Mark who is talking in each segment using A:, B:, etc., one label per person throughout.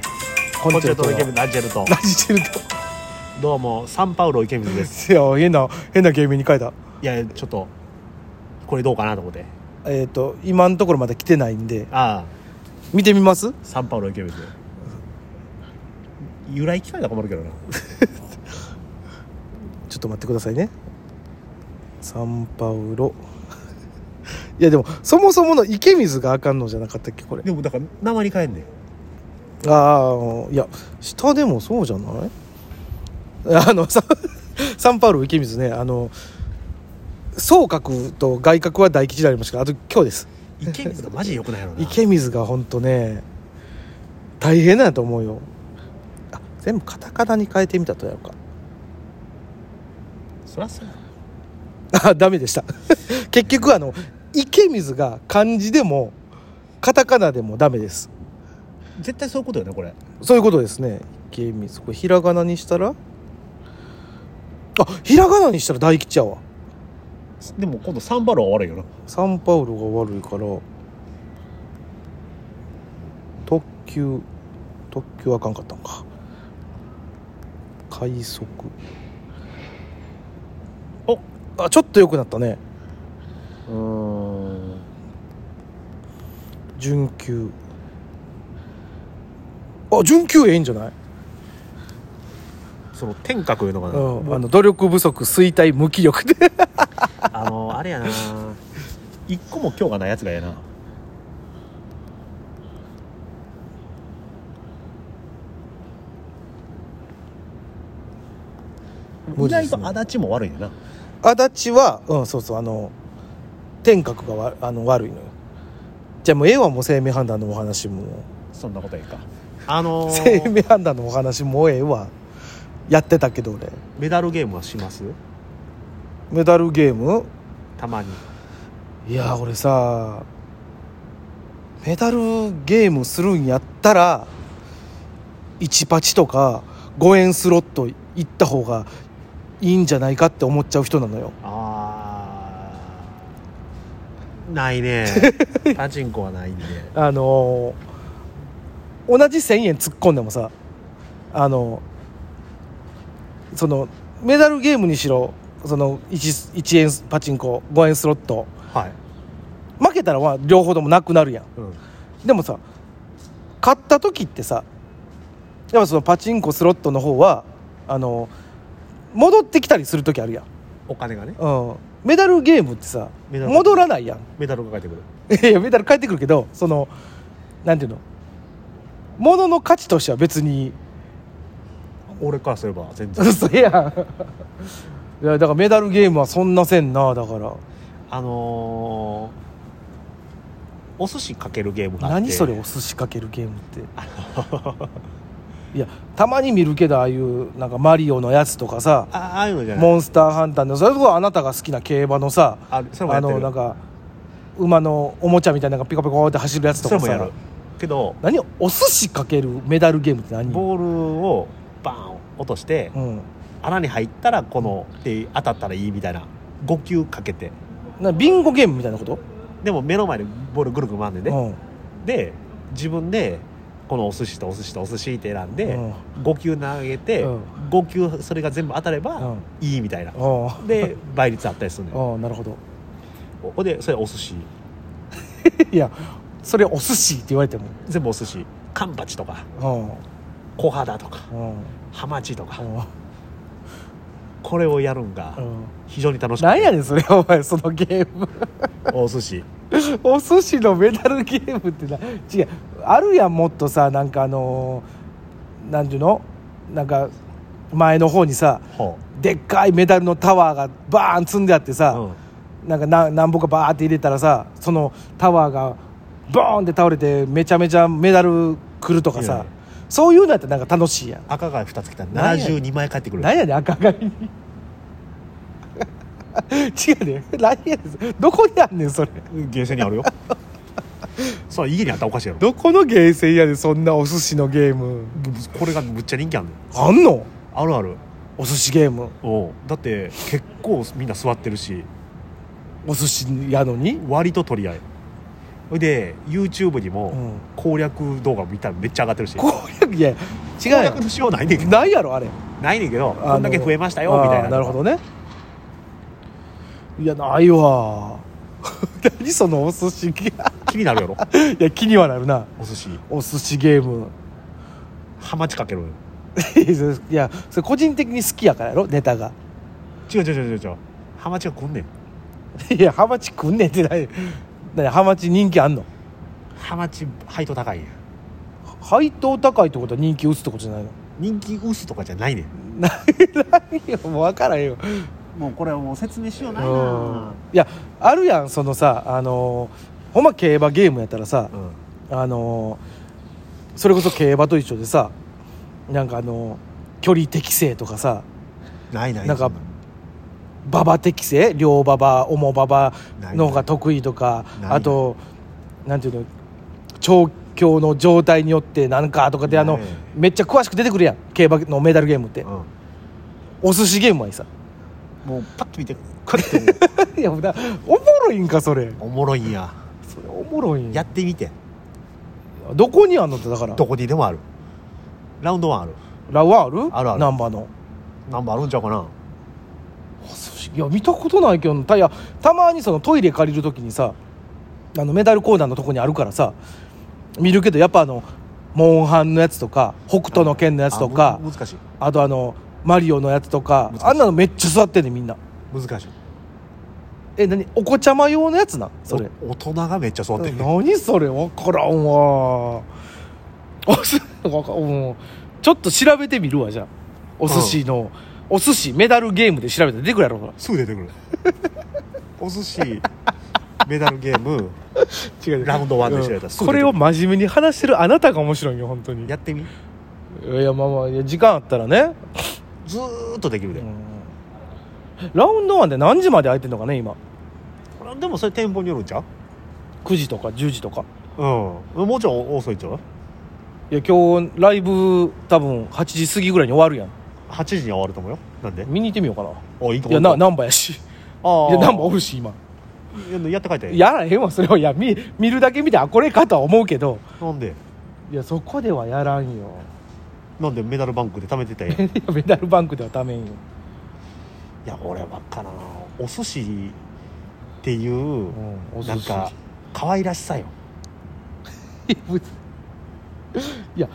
A: コンチェルトの
B: コンチェルトの池水ナジェルト
A: ラジチェルト
B: どうもサンパウロ池水 です
A: いや変な変な芸名に変えた
B: いやちょっとこれどうかなと思って
A: えっ、と今のところまだ来てないんで
B: ああ
A: 見てみます
B: サンパウロ池水由来機械が困るけどな
A: ちょっと待ってくださいねサンパウロ いやでもそもそもの池水があかんのじゃなかったっけこれ
B: でもだから名前に変えんねん
A: ああいや下でもそうじゃないあのササンパウロ池水ねあの総角と外角は大吉でありますからあと今日です
B: 池水がマジでよくないやろな
A: 池水が本当ね大変だと思うよあ全部カタカナに変えてみたとやろう
B: そらそう や
A: かあダメでした 結局あの池水が漢字でもカタカナでもダメです
B: 絶対そういうことよねこれ
A: そういうことですね池水これひらがなにしたらあひらがなにしたら大吉やわ
B: でも今度サンパウロは悪いよな
A: サンパウロが悪いから特急特急あかんかったんか快速
B: お
A: あちょっと良くなったね
B: うーん
A: 準急あ準急ええんじゃない、
B: その天閣いうのか
A: う
B: な、
A: ん、あの努力不足衰退無気力で
B: あのあれやな一個も今日がないやつがやな
A: 無理
B: 意
A: で
B: 外
A: すね
B: と足立も悪いねんな
A: 足立はうんそうそうあの天閣がわあの悪いのよじゃあもうええわもう生命判断のお話も
B: そんなこといいかあの
A: 生
B: ー、
A: 命判断のお話もうええわやってたけど俺
B: メダルゲームはします
A: メダルゲーム
B: たまに
A: いや俺さメダルゲームするんやったら1パチとか5円スロット行った方がいいんじゃないかって思っちゃう人なのよ
B: あーない ねパチンコはないんで
A: あのー同じ1000円突っ込んでもさあのーそのメダルゲームにしろその 1, 1円パチンコ5円スロット
B: はい、
A: 負けたらまあ両方ともなくなるやん
B: うん、
A: でもさ買った時ってさやっぱそのパチンコスロットの方はあの戻ってきたりする時あるやん、
B: お金がね
A: うん、メダルゲームってさ
B: メダル
A: 戻らないやん
B: メダルが返ってくる
A: いやメダル返ってくるけどそのなんていうの物の価値としては別に
B: 俺からすれば全然
A: 嘘やん いやだからメダルゲームはそんなせんなだから
B: あのー、お寿司かけるゲームがあって
A: 何それお寿司かけるゲームって いやたまに見るけどああいうなんかマリオのやつとかさ
B: あああいうのじゃない
A: モンスターハンターのそれこそあなたが好きな競馬のさ
B: あそれもや
A: あ
B: ってる
A: のなんか馬のおもちゃみたいなのがピコピコって走るやつと
B: それ
A: か
B: もやる
A: さ
B: けど
A: 何お寿司かけるメダルゲームって何
B: ボールをバーン落として、
A: うん、
B: 穴に入ったらこので当たったらいいみたいな5球かけて
A: なビンゴゲームみたいなこと、
B: でも目の前でボールぐるぐる回んでね、
A: うん
B: で自分でこのお寿司とお寿司とお寿司って選んで、
A: うん
B: 5球投げて、
A: うん
B: 5球それが全部当たれ
A: う
B: ば
A: ん
B: いいみたいな、
A: お
B: で倍率あったりするのよ
A: おなるほど
B: ほんでそれお寿司
A: いやそれお寿司って言われても
B: 全部お寿司カンパチとか
A: う
B: 小肌とか
A: んうん
B: ハマチとか、
A: うん
B: これをやるんが
A: うん
B: 非常に楽しく
A: 何やねんそれお前そのゲーム
B: お寿司
A: お寿司のメダルゲームってな違うあるやんもっとさなんかあのーなんていうのなんか前の方にさ
B: ほ
A: でっかいメダルのタワーがバーン積んであって
B: う、
A: さ、
B: うん、
A: なんかな何本かバーって入れたらさそのタワーがボーンって倒れてめちゃめちゃメダル来るとか
B: いやい
A: さ
B: や
A: そういうのやったらなんか楽しいやん
B: 赤貝2つきたら
A: 何やねん
B: 72枚返ってくる
A: なんやねん赤貝に 違うねん何やねんどこにあんねんそれ
B: ゲーセン にあるよそう家にあったらおかしいやろ
A: どこのゲーセンやでそんなお寿司のゲーム
B: これがむっちゃ人気あんねん
A: あんの
B: あるある
A: お寿司ゲーム
B: おうだって結構みんな座ってるし
A: お寿司やのに
B: 割と取り合いほいで YouTube に
A: う
B: も
A: ん、
B: 攻略動画見たらめっちゃ上がってるし、
A: 攻略いや違う
B: 攻
A: や
B: 略のしようないねんけ
A: ん
B: ど
A: ないやろあれ
B: ないねんけど
A: あの
B: こんだけ増えましたよみたい
A: あ
B: な
A: ーなるほどねいやないわ 何そのお寿司ゲ
B: 気になるやろ
A: いや気にはなるな
B: お寿司
A: お寿司ゲーム
B: ハマチかけろよ
A: いやそれ個人的に好きやからやろネタが
B: 違う違う違う違う違うハマチが来んねん
A: いやハマチくんねんってない何ハマチ人気あんの
B: ハマチ配当高いんや
A: 配当高いってことは人気薄ってことじゃないの
B: 人気薄とかじゃないねん
A: な何よもう分からへんよ
B: もうこれはもう説明しよう
A: うんいやあるやんそのさあのーほんま競馬ゲームやったらさ
B: うん
A: あのーそれこそ競馬と一緒でさなんかあのー距離適正とかさ
B: ないない
A: なんか
B: そ
A: 馬場適正両馬場重馬場
B: ない
A: の方が得意とか
B: ない
A: あとなんていうの調教の状態によってなんかとかであの
B: ない
A: めっちゃ詳しく出てくるやん競馬のメダルゲームって
B: うん
A: お寿司ゲームはいいさ
B: もうパッと見てクッても
A: いやなおもろいんかそれ
B: うおもろいんや
A: それおもろいん
B: やってみて
A: どこにあんのってだから
B: どこにでもあるラウンドワンある
A: ラワール
B: あるある
A: ナンバーの
B: ナンバーあるんちゃうかな
A: お寿司いや見たことないけどたいやたまにそのトイレ借りるときにさあのメダルコーナーのとこにあるからさ見るけどやっぱあのモンハンのやつとか北斗の拳のやつとか
B: あむ難しい
A: あとあのマリオのやつとか
B: 難しい
A: あんなのめっちゃ座ってんねんみんな
B: 難しい
A: え何お子ちゃま用のやつなんそれ
B: お大人がめっちゃ座ってる
A: 何それ分からんわおすわかうんちょっと調べてみるわじゃあお寿司の、お寿司メダルゲームで調べたら出てくるやろほら
B: すぐ出てく るお寿司メダルゲーム
A: 違う
B: ラウンドワンで調べたらすぐ出てくる
A: これを真面目に話してるあなたが面白いよ本当にい
B: やってみ
A: やまあまあいや時間あったらね、
B: ずーっとできるで、
A: ラウンドワンで何時まで空いてんのかね今
B: でもそれ店舗によるんちゃう
A: 9時とか10時とか
B: うんもうちょい遅いんちゃう
A: いや今日ライブ多分8時過ぎぐらいに終わるやん
B: 8時に終わると思うよなんで
A: 見に行ってみようかな
B: おいいと
A: い
B: こ
A: やな
B: あ
A: 難波やしい
B: あ
A: や難波おるし今
B: ややって帰って
A: やらへんわそれはいや見見るだけ見てあこれかとは思うけど
B: なんで
A: いやそこではやらんよ
B: なんでメダルバンクで貯め てたんやんい
A: いやメダルバンクではためんよ
B: や俺ばっかなお寿司っていう、
A: うんお寿
B: なん
A: 司
B: か可愛らしさよ
A: いや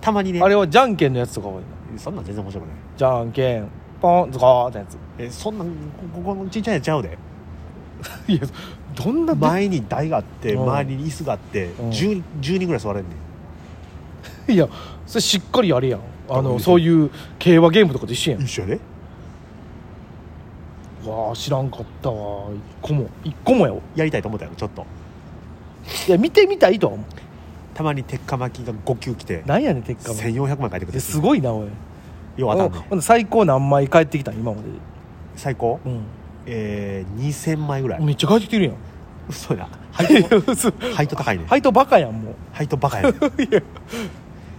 B: たまにね
A: あれはじゃんけんのやつとか多いな
B: そんなん全然面白くない
A: じゃんけんポンズコーってやつ
B: えそんなんこここのちっちゃいやつちゃうで
A: いやどんな
B: 前に台があって
A: うん
B: 周りに椅子があって
A: ん
B: 10, 10人ぐらい座れんねん
A: いやそれしっかりやれやんあ
B: どういう
A: のそういう競馬ゲームとかと一緒やん
B: 一緒やで
A: わあ知らんかったわ一個も一個もやわ
B: やりたいと思ったやろちょっと
A: いや見てみたいとは思う
B: たまに鉄火巻きが5級来て
A: なんやねん鉄火も
B: 1400枚返
A: い
B: ってく
A: や
B: る
A: す
B: い
A: ごいなおい
B: よう当たんねん
A: ほんで最高何枚帰ってきたん今まで
B: 最高
A: で、
B: えー、2000枚ぐら
A: うん、
B: い
A: めっちゃ帰ってきてるやん
B: 嘘や
A: 配 当
B: 配当高 いね
A: 配当バカやんもう
B: 配当バカや ね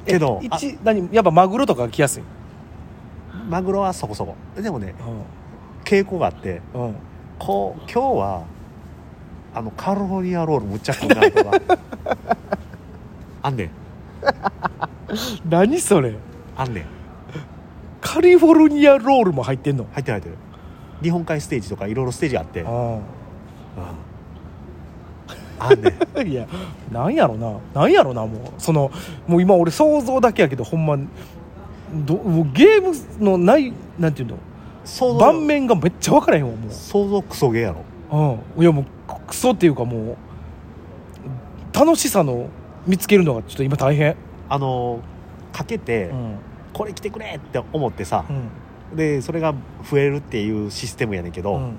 B: けどあ
A: 一何やっぱマグロとかが来やすい、
B: マグロはそこそこでもね
A: う
B: 傾向があって
A: んうん、
B: こう今日はあのカルフォルニアロールむっちゃ食うな とかあんねん
A: 何それ
B: あんねん
A: カリフォルニアロールも入ってんの
B: 入ってる入ってる日本海ステージとかいろいろステージがあって
A: あ
B: あんね ん
A: あいやなんやろななんやろなもうそのもう今俺想像だけやけどほんまどもうゲームのないなんていうの
B: 想像
A: 盤面がめっちゃ分からへんわも
B: 想像クソゲーやろ
A: う、うん、いやもうクソっていうかもう楽しさの見つけるのがちょっと今大変
B: あのかけて、
A: うん
B: これ来てくれって思ってさ
A: う、ん
B: でそれが増えるっていうシステムやねんけど、
A: う
B: 好
A: ん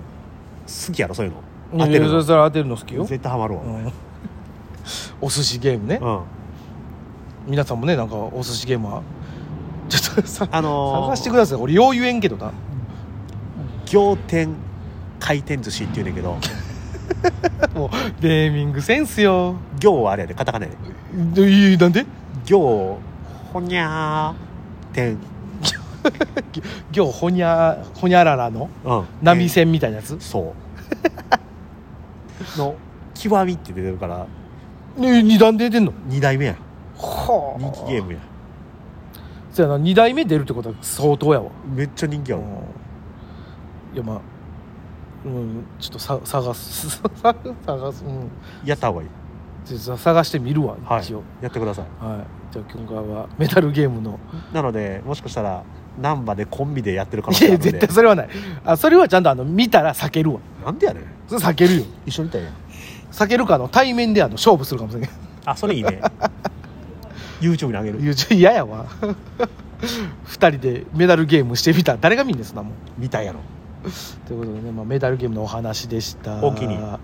B: きやろそういうの
A: いや
B: 当てる
A: いや
B: の
A: それ当てるの好きよ、
B: 絶対ハマるわ、
A: う
B: うん
A: んお寿司ゲームね皆さんもねなんかお寿司ゲームはちょっとさ
B: あのー
A: 探してください俺よう言えんけどな
B: 仰天回転寿司って言うねんけど
A: もうネーミングセンスよ
B: 行はあれやでカタカナやで
A: えなんで
B: 行ほにゃー天
A: 今日ほにゃほにゃららの
B: うん
A: 波線みたいなやつ
B: そうの極みって出てるから
A: ね二段で出てんの
B: 2代目や
A: は
B: 人気ゲームや
A: そやな2代目出るってことは相当やわ
B: めっちゃ人気やわ
A: いやまあうんちょっとさ探す 探すうん
B: やった方がいい
A: ちょっと探してみるわ
B: はい
A: 一応
B: やってください
A: はい、じゃあ今回はメタルゲームの
B: なのでもしかしたら難波でコンビでやってる可能
A: い
B: 性あ
A: や
B: るんで
A: 絶対それはないあそれはちゃんとあの見たら避けるわ
B: なんでやねん
A: それ避けるよ
B: 一緒にいたいやん
A: 避けるかあの対面であの勝負するかもしれ ない
B: あそれいい ね YouTube にあげる
A: いやちょ嫌やわ 二人でメダルゲームしてみた誰が見んですなもん
B: 見たいやろ
A: ということでね、まあ、メダルゲームのお話でした
B: おおきに
A: は